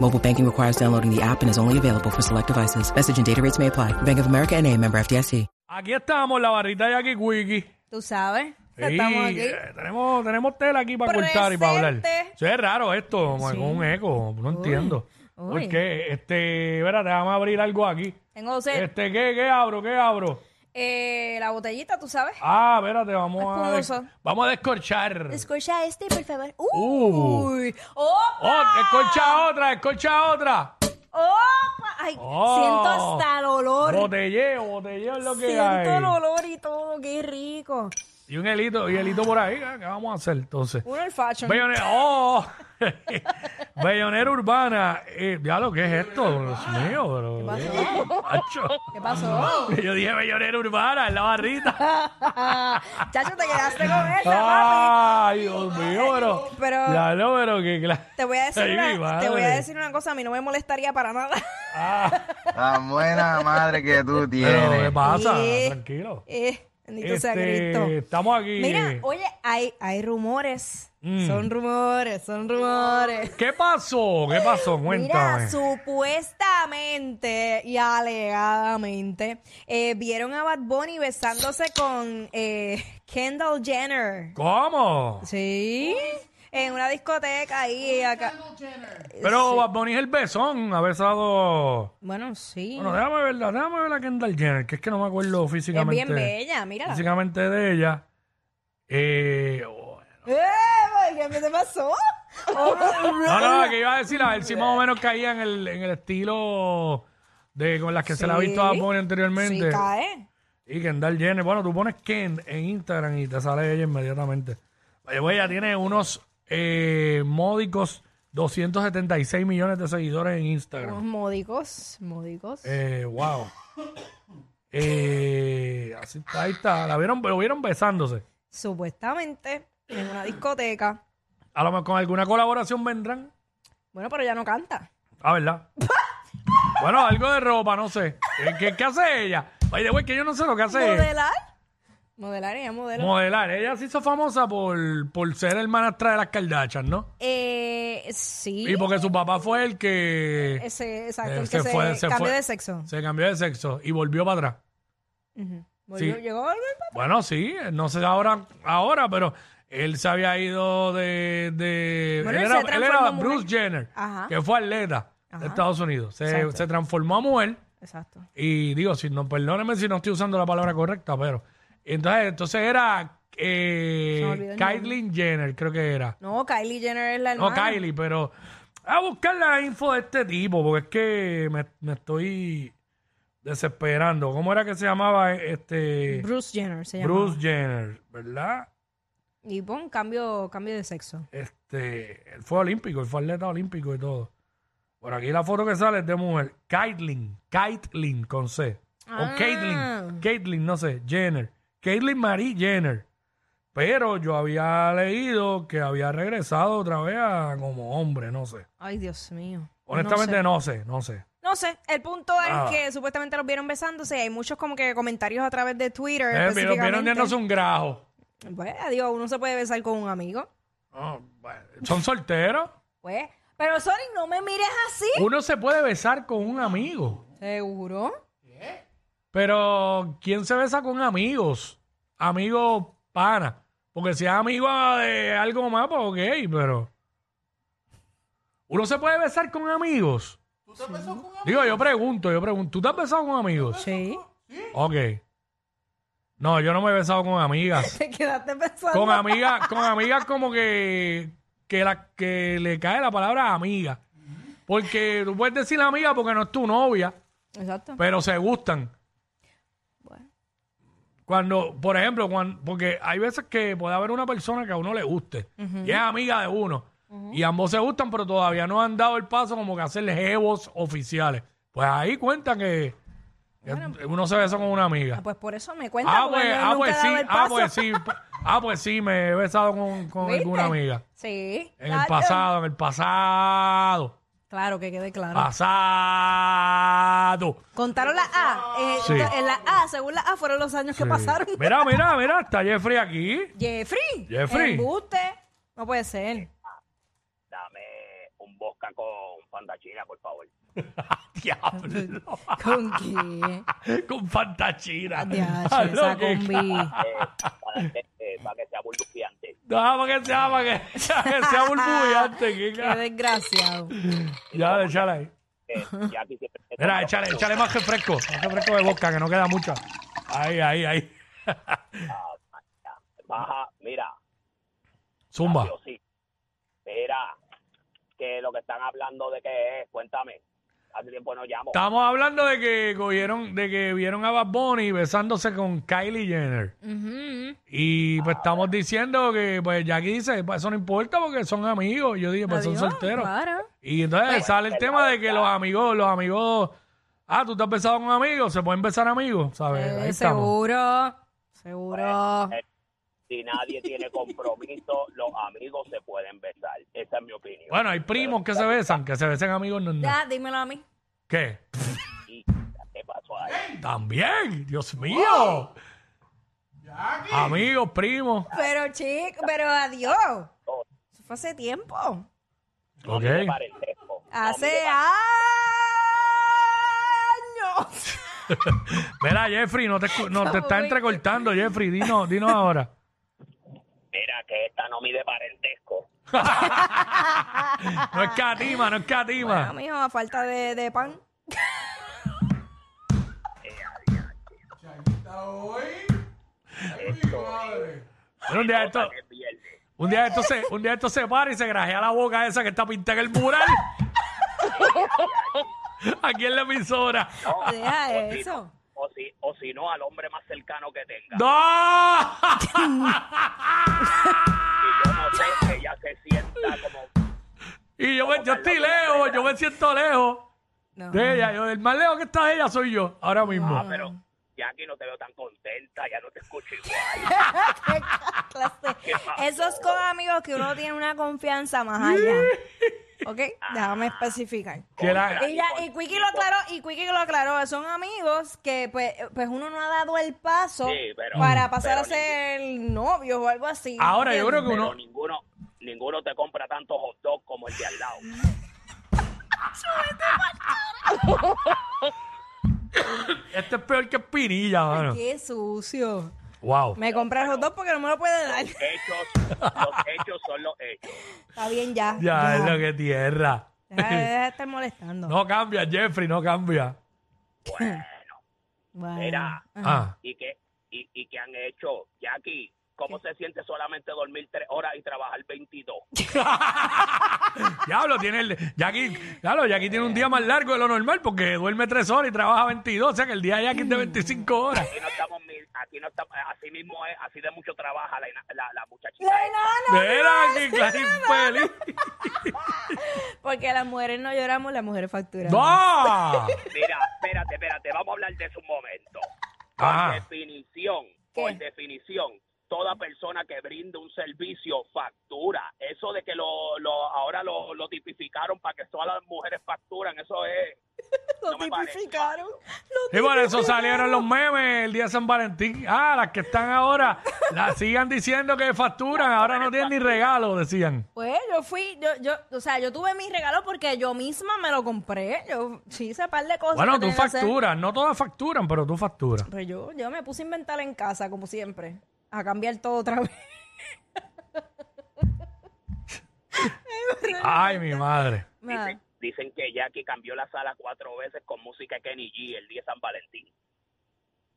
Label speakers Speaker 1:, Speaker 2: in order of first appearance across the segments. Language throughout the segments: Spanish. Speaker 1: Mobile banking requires downloading the app and is only available for select devices. Message and data rates may apply. Bank of America and a member FDIC.
Speaker 2: Aquí estamos, la barrita de Jackie Wiki.
Speaker 3: Tú sabes,
Speaker 2: Sí,
Speaker 3: estamos aquí.
Speaker 2: eh, tenemos, tenemos tela aquí para cortar y para hablar.
Speaker 3: Presente.
Speaker 2: Sí, es raro esto, como con un eco, no entiendo.
Speaker 3: uy.
Speaker 2: Porque, este, espérate, vamos a abrir algo aquí.
Speaker 3: Tengo sed.
Speaker 2: Este, ¿qué, qué abro? ¿Qué abro?
Speaker 3: Eh, la botellita, tú sabes.
Speaker 2: Ah, espérate, vamos a, des-
Speaker 3: Espumoso.
Speaker 2: vamos a descorchar.
Speaker 3: Escucha este, por favor.
Speaker 2: Uh.
Speaker 3: Uy.
Speaker 2: Oh,
Speaker 3: ¡Opa! Ah.
Speaker 2: descorcha otra, descorcha otra.
Speaker 3: ¡Opa! Ay,
Speaker 2: Oh.
Speaker 3: siento hasta el olor.
Speaker 2: Botelleo, botelleo es lo que
Speaker 3: siento
Speaker 2: hay.
Speaker 3: el olor y todo. ¡Qué rico!
Speaker 2: Y un helito, y helito por ahí. ah, ¿Qué vamos a hacer entonces?
Speaker 3: Uno el fashion.
Speaker 2: Bellonera, oh, Bellonera Urbana. Eh, ya lo que es esto, Dios mío, pero. eh, Macho.
Speaker 3: ¿Qué pasó?
Speaker 2: Yo dije Bellonera Urbana en la barrita.
Speaker 3: Ah, Chacho, te quedaste con
Speaker 2: Ah.
Speaker 3: esa, papi.
Speaker 2: Ay, Dios mío, pero.
Speaker 3: Pero-
Speaker 2: Ya lo, pero que claro.
Speaker 3: Te voy, a decir
Speaker 2: Ay, mi
Speaker 3: una, te voy a
Speaker 2: madre. Ah.
Speaker 3: decir una cosa, a mí no me molestaría para nada.
Speaker 4: La buena madre que tú
Speaker 2: Pero, ¿qué
Speaker 4: tienes.
Speaker 2: pasa?
Speaker 3: Eh,
Speaker 2: Tranquilo.
Speaker 3: Eh, bendito sea
Speaker 2: Este,
Speaker 3: Cristo.
Speaker 2: estamos aquí.
Speaker 3: Mira, oye, hay, hay rumores.
Speaker 2: Mm.
Speaker 3: Son rumores, son rumores.
Speaker 2: ¿Qué pasó? ¿Qué pasó? Cuéntame.
Speaker 3: Mira, supuestamente y alegadamente eh, vieron a Bad Bunny besándose con eh, Kendall Jenner.
Speaker 2: ¿Cómo?
Speaker 3: Sí. En una discoteca ahí acá.
Speaker 2: Pero Bad Bunny es el besón, ha besado.
Speaker 3: Bueno, sí.
Speaker 2: Bueno, déjame verla, déjame ver a Kendall Jenner, que es que no me acuerdo
Speaker 3: Es
Speaker 2: físicamente.
Speaker 3: bien bella, mira.
Speaker 2: Físicamente de ella. Eh, oh,
Speaker 3: ¡Eh! ¿Qué me te pasó? Oh,
Speaker 2: no, no, que iba a decir, a ver si más o menos caía en el, en el estilo de con las que se la ha visto a
Speaker 3: Sí.
Speaker 2: Bonnie
Speaker 3: sí,
Speaker 2: anteriormente.
Speaker 3: cae.
Speaker 2: y Kendall Jenner. Bueno, tú pones Ken en Instagram y te sale ella inmediatamente. Oye, güey, ella tiene unos eh, módicos 276 millones de seguidores en Instagram.
Speaker 3: Unos módicos, módicos.
Speaker 2: Eh, wow. Eh, así está, ahí está. La vieron, lo vieron besándose.
Speaker 3: Supuestamente en una discoteca.
Speaker 2: A lo mejor con alguna colaboración vendrán.
Speaker 3: Bueno, pero ya no canta.
Speaker 2: Ah, ¿verdad? bueno, algo de ropa, no sé. Eh, ¿Qué, qué hace ella? Ay, de güey, que yo no sé lo que hace ella.
Speaker 3: ¿Modelar? Modelar, ella modela.
Speaker 2: Modelar. Ella se hizo famosa por, por ser hermanastra de las Kardashian, ¿no?
Speaker 3: Eh, sí.
Speaker 2: Y porque su papá fue el que
Speaker 3: Ese,
Speaker 2: eh,
Speaker 3: exacto, el que se,
Speaker 2: fue- se
Speaker 3: cambió
Speaker 2: fue-
Speaker 3: de sexo.
Speaker 2: Se cambió de sexo y volvió para atrás.
Speaker 3: Volvió-
Speaker 2: sí.
Speaker 3: Llegó a volver pa-
Speaker 2: Bueno, sí, no sé ahora, ahora pero él se había ido de... de-
Speaker 3: Bueno,
Speaker 2: él,
Speaker 3: él
Speaker 2: era, él
Speaker 3: se transformó
Speaker 2: era
Speaker 3: en mujer.
Speaker 2: Bruce Jenner,
Speaker 3: Ajá.
Speaker 2: que fue atleta de Estados Unidos. Se,
Speaker 3: Exacto.
Speaker 2: se transformó en mujer
Speaker 3: Exacto.
Speaker 2: y digo, si no, perdónenme si no estoy usando la palabra correcta, pero... Entonces, entonces era eh,
Speaker 3: Se me olvidó el nombre.
Speaker 2: Kylie Jenner, creo que era.
Speaker 3: No, Kylie Jenner es la
Speaker 2: No,
Speaker 3: hermana.
Speaker 2: Kylie, pero a buscar la info de este tipo, porque es que me, me estoy desesperando. ¿Cómo era que se llamaba este
Speaker 3: Bruce Jenner se llama.
Speaker 2: Bruce Jenner, verdad?
Speaker 3: Y pon cambio, cambio de sexo.
Speaker 2: Este, él fue olímpico, él fue atleta olímpico y todo. Por aquí la foto que sale es de mujer. Caitlyn, Caitlyn con C.
Speaker 3: Ah.
Speaker 2: O Caitlyn, Caitlyn, no sé, Jenner. Caitlyn Marie Jenner. Pero yo había leído que había regresado otra vez a- como hombre, no sé.
Speaker 3: Ay, Dios mío.
Speaker 2: Honestamente no sé, no sé.
Speaker 3: No sé, el punto es
Speaker 2: Ah.
Speaker 3: que supuestamente los vieron besándose. Hay muchos como que comentarios a través de Twitter.
Speaker 2: Eh, pero vieron
Speaker 3: específicamente.
Speaker 2: yéndose un grajo.
Speaker 3: Pues, adiós, uno se puede besar con un amigo.
Speaker 2: Ah, bueno, Son solteros.
Speaker 3: Pues, pero Sonic, no me mires así.
Speaker 2: Uno se puede besar con un amigo.
Speaker 3: ¿Seguro?
Speaker 2: Pero, ¿quién se besa con amigos? Amigos pana. Porque si es amigo ah, de algo más, pues ok, pero. Uno se puede besar con amigos. Digo, yo pregunto, yo pregunto. ¿Tú te has besado con amigos?
Speaker 3: Sí.
Speaker 2: Ok. No, yo no me he besado con amigas.
Speaker 3: Te quedaste pensando.
Speaker 2: con amigas, con amigas como que, que, la, que le cae la palabra amiga. Porque tú puedes decir amiga porque no es tu novia,
Speaker 3: Exacto.
Speaker 2: pero se gustan.
Speaker 3: Bueno.
Speaker 2: Cuando, por ejemplo, cuando, porque hay veces que puede haber una persona que a uno le guste y es amiga de uno. Y ambos se gustan, pero todavía no han dado el paso como que hacerle jevos oficiales. Pues ahí cuentan que, que uno se besa con una amiga.
Speaker 3: Ah, pues por eso me cuenta.
Speaker 2: Ah,
Speaker 3: porque
Speaker 2: pues,
Speaker 3: yo
Speaker 2: ah,
Speaker 3: nunca
Speaker 2: pues
Speaker 3: he
Speaker 2: sí,
Speaker 3: dado el
Speaker 2: ah,
Speaker 3: paso.
Speaker 2: pues sí, pa- ah, pues sí, me he besado con, con
Speaker 3: ¿Viste?
Speaker 2: alguna amiga.
Speaker 3: Sí.
Speaker 2: En
Speaker 3: Ah,
Speaker 2: el pasado, Ah. en el pasado,
Speaker 3: Claro, que quede claro.
Speaker 2: pasado.
Speaker 3: Contaron la A. eh,
Speaker 2: Sí.
Speaker 3: En la A, según la A, fueron los años que pasaron.
Speaker 2: Mira, mira, mira, está Jeffrey aquí.
Speaker 3: Jeffrey.
Speaker 2: Jeffrey.
Speaker 3: Embuste. No puede ser.
Speaker 5: dame un bosca con panda china, por favor. Eh,
Speaker 2: Diablo.
Speaker 3: ¿Con qué?
Speaker 2: con fantachina. Ah,
Speaker 3: Adiós,
Speaker 2: no,
Speaker 3: esa
Speaker 2: que-
Speaker 3: combi.
Speaker 5: Eh, para, que, eh, para que sea burbujeante.
Speaker 2: No, para que sea, para que, que sea burbujeante. que-
Speaker 3: Qué desgraciado.
Speaker 2: ya, échale ahí.
Speaker 5: Eh, ya aquí siempre-
Speaker 2: Mira, échale, échale más refresco. Más refresco de boca, que no queda mucha. Ahí, ahí, ahí.
Speaker 5: Baja, mira,
Speaker 2: Zumba.
Speaker 5: yo sí. Mira, que lo que están hablando de qué es, cuéntame. Hace tiempo no llamo.
Speaker 2: Estamos hablando de que cogieron, de que vieron a Bad Bunny besándose con Kylie Jenner. Y pues estamos diciendo que, pues Jackie dice, pues eso no importa porque son amigos. Yo dije, pues
Speaker 3: Adiós,
Speaker 2: son solteros.
Speaker 3: Claro.
Speaker 2: Y entonces
Speaker 3: Pues,
Speaker 2: sale el tema de que los amigos, los amigos, ah, tú te has besado con amigos, se pueden besar amigos, ¿sabes?
Speaker 3: Eh,
Speaker 2: Pues Ahí estamos.
Speaker 3: seguro. Seguro.
Speaker 5: Si nadie tiene compromiso, los amigos se pueden besar. Esa es mi opinión.
Speaker 2: Bueno, hay primos que se besan, que se besen amigos, no, no.
Speaker 3: Ya, dímelo a mí.
Speaker 2: ¿Qué?
Speaker 5: Y, ¿Qué pasó ahí?
Speaker 2: También, Dios mío. Amigos, primos.
Speaker 3: Pero chico, pero adiós. Eso fue hace tiempo.
Speaker 2: Ok.
Speaker 5: De parentesco.
Speaker 3: Hace años.
Speaker 2: Mira, Jeffrey, no te, escu- no, te
Speaker 3: Estamos
Speaker 2: está
Speaker 3: muy-
Speaker 2: entrecortando, Jeffrey. Dinos, dinos ahora.
Speaker 5: Mira, que esta no mide parentesco.
Speaker 2: No es catima, no es
Speaker 3: Bueno,
Speaker 2: catima.
Speaker 3: Ah, mijo, a falta de, de pan.
Speaker 2: Pero un día esto,
Speaker 5: Es viernes.
Speaker 2: un día esto se, un día esto se para y se grajea la boca esa que está pintada en el mural. Aquí en la emisora.
Speaker 3: Deja eso.
Speaker 5: o si, o si no al hombre más cercano que tenga.
Speaker 2: ¡No!
Speaker 5: Y yo no sé que ella se sienta como
Speaker 2: Y yo, me- yo estoy lejos, yo me siento lejos
Speaker 3: No.
Speaker 2: de ella. Yo, el más lejos que está ella soy yo, ahora mismo.
Speaker 5: pero ya aquí no te veo tan contenta, ya no te escucho igual.
Speaker 3: clase. Esos con amigos que uno tiene una confianza más allá. ¿Ok? Déjame especificar.
Speaker 2: Que la-
Speaker 3: Y, ya, y Quickie lo aclaró, y Quickie lo aclaró. Son amigos que pues, pues uno no ha dado el paso
Speaker 5: Sí, pero-
Speaker 3: para pasar
Speaker 5: pero
Speaker 3: a ser novio o algo así.
Speaker 2: ahora yo creo que
Speaker 5: Pero
Speaker 2: uno.
Speaker 5: ninguno, ninguno te compra tantos hot dog como el de al lado.
Speaker 2: Este es peor que Pinilla, mano.
Speaker 3: Qué sucio.
Speaker 2: Wow.
Speaker 3: Me compré los dos porque no me lo puede dar.
Speaker 5: Hechos, los hechos son los hechos.
Speaker 3: Está bien ya.
Speaker 2: Ya es lo que tierra.
Speaker 3: Deja, deja de estar molestando.
Speaker 2: No cambia, Jeffrey, no cambia.
Speaker 3: Bueno.
Speaker 5: Mira,
Speaker 2: Ah.
Speaker 5: ¿y qué, y, y qué han hecho? Jackie, ¿cómo se siente solamente dormir tres horas y trabajar 22?
Speaker 2: Diablo, tiene el. Jackie, diablo, Jackie tiene un día más largo de lo normal porque duerme tres horas y trabaja 22. O sea que el día de Jackie es de 25 horas.
Speaker 5: Aquí no estamos, mil- aquí no estamos, así mismo es, así de mucho trabaja la, la, la muchachita.
Speaker 3: La enana,
Speaker 2: Mira, que clarín feliz.
Speaker 3: Porque las mujeres no lloramos, las mujeres facturan.
Speaker 2: ¡No!
Speaker 5: Mira, espérate, espérate, vamos a hablar de eso un momento. Por
Speaker 2: Ajá.
Speaker 5: definición, por definición, toda persona que brinda un servicio factura. Eso de que lo, lo- ahora lo, lo tipificaron para que todas las mujeres facturan, eso es...
Speaker 3: Lo
Speaker 5: no me parece.
Speaker 3: tipificaron. Lo
Speaker 2: Y por eso salieron los memes el día de San Valentín. Ah, las que están ahora, las sigan diciendo que facturan, ahora no tienen ni regalo, decían.
Speaker 3: Pues yo fui, yo, yo, o sea, yo tuve mis regalos porque yo misma me lo compré. Yo sí hice un par de cosas.
Speaker 2: Bueno,
Speaker 3: que
Speaker 2: tú
Speaker 3: tenía que hacer.
Speaker 2: facturas, no todas facturan, pero tú facturas.
Speaker 3: Pero yo, yo me puse a inventar en casa, como siempre. A cambiar todo otra vez.
Speaker 2: Ay, mi madre.
Speaker 3: Nada.
Speaker 5: Dicen que Jackie cambió la sala cuatro veces con música de Kenny G el día de San Valentín.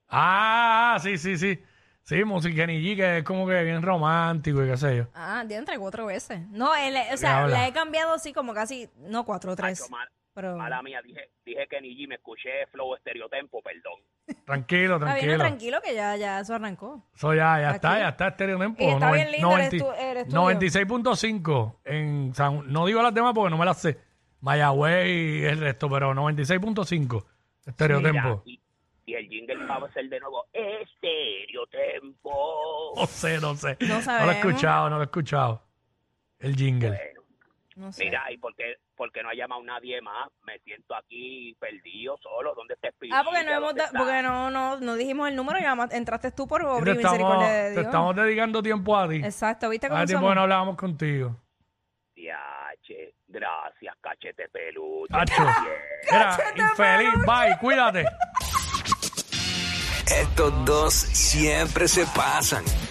Speaker 2: Ah, sí, sí, sí. Sí, Musiquenillí, que es como que bien romántico y qué sé yo.
Speaker 3: Ah, de entre cuatro veces. No, él- o sea,
Speaker 2: Diabla.
Speaker 3: la he cambiado así como casi, no, cuatro o tres.
Speaker 5: Hacho, mal-
Speaker 3: Pero...
Speaker 5: mala mía, dije, dije que ni G, me escuché flow estereotempo, perdón.
Speaker 2: Tranquilo,
Speaker 3: Está bien,
Speaker 2: tranquilo.
Speaker 3: no, tranquilo que ya, ya eso arrancó.
Speaker 2: Eso ya, ya está,
Speaker 3: Tranquilo.
Speaker 2: ya está este Estéreo Tempo.
Speaker 3: Y está
Speaker 2: Noven-
Speaker 3: bien lindo el estu- el estudio.
Speaker 2: 96.5 en San... No digo las demás porque no me las sé. Mayagüez y el resto, pero 96.5 Estéreo Tempo.
Speaker 5: y, y el jingle va a ser de nuevo estereotempo.
Speaker 2: No sé, no sé.
Speaker 3: No
Speaker 2: lo
Speaker 3: sabemos.
Speaker 2: he escuchado, no lo he escuchado. El jingle.
Speaker 5: Bueno,
Speaker 3: No sé.
Speaker 5: mira, y porque, porque no ha llamado nadie más, me siento aquí perdido solo. ¿Dónde está Espinilla?
Speaker 3: Ah, porque no hemos
Speaker 5: ¿Dónde
Speaker 3: da-
Speaker 5: está?
Speaker 3: porque no, no, no dijimos el número y nada más entraste tú por
Speaker 2: Y
Speaker 3: obra
Speaker 2: te,
Speaker 3: y
Speaker 2: estamos,
Speaker 3: misericordia de
Speaker 2: te
Speaker 3: Dios.
Speaker 2: estamos dedicando tiempo a ti.
Speaker 3: Exacto, ¿viste cómo
Speaker 2: Hace tiempo que
Speaker 3: somos?
Speaker 2: no hablábamos contigo.
Speaker 5: Diache, gracias, cachete peluche.
Speaker 2: Hacho. Era infeliz. Bye, cuídate.
Speaker 6: Estos dos siempre se pasan.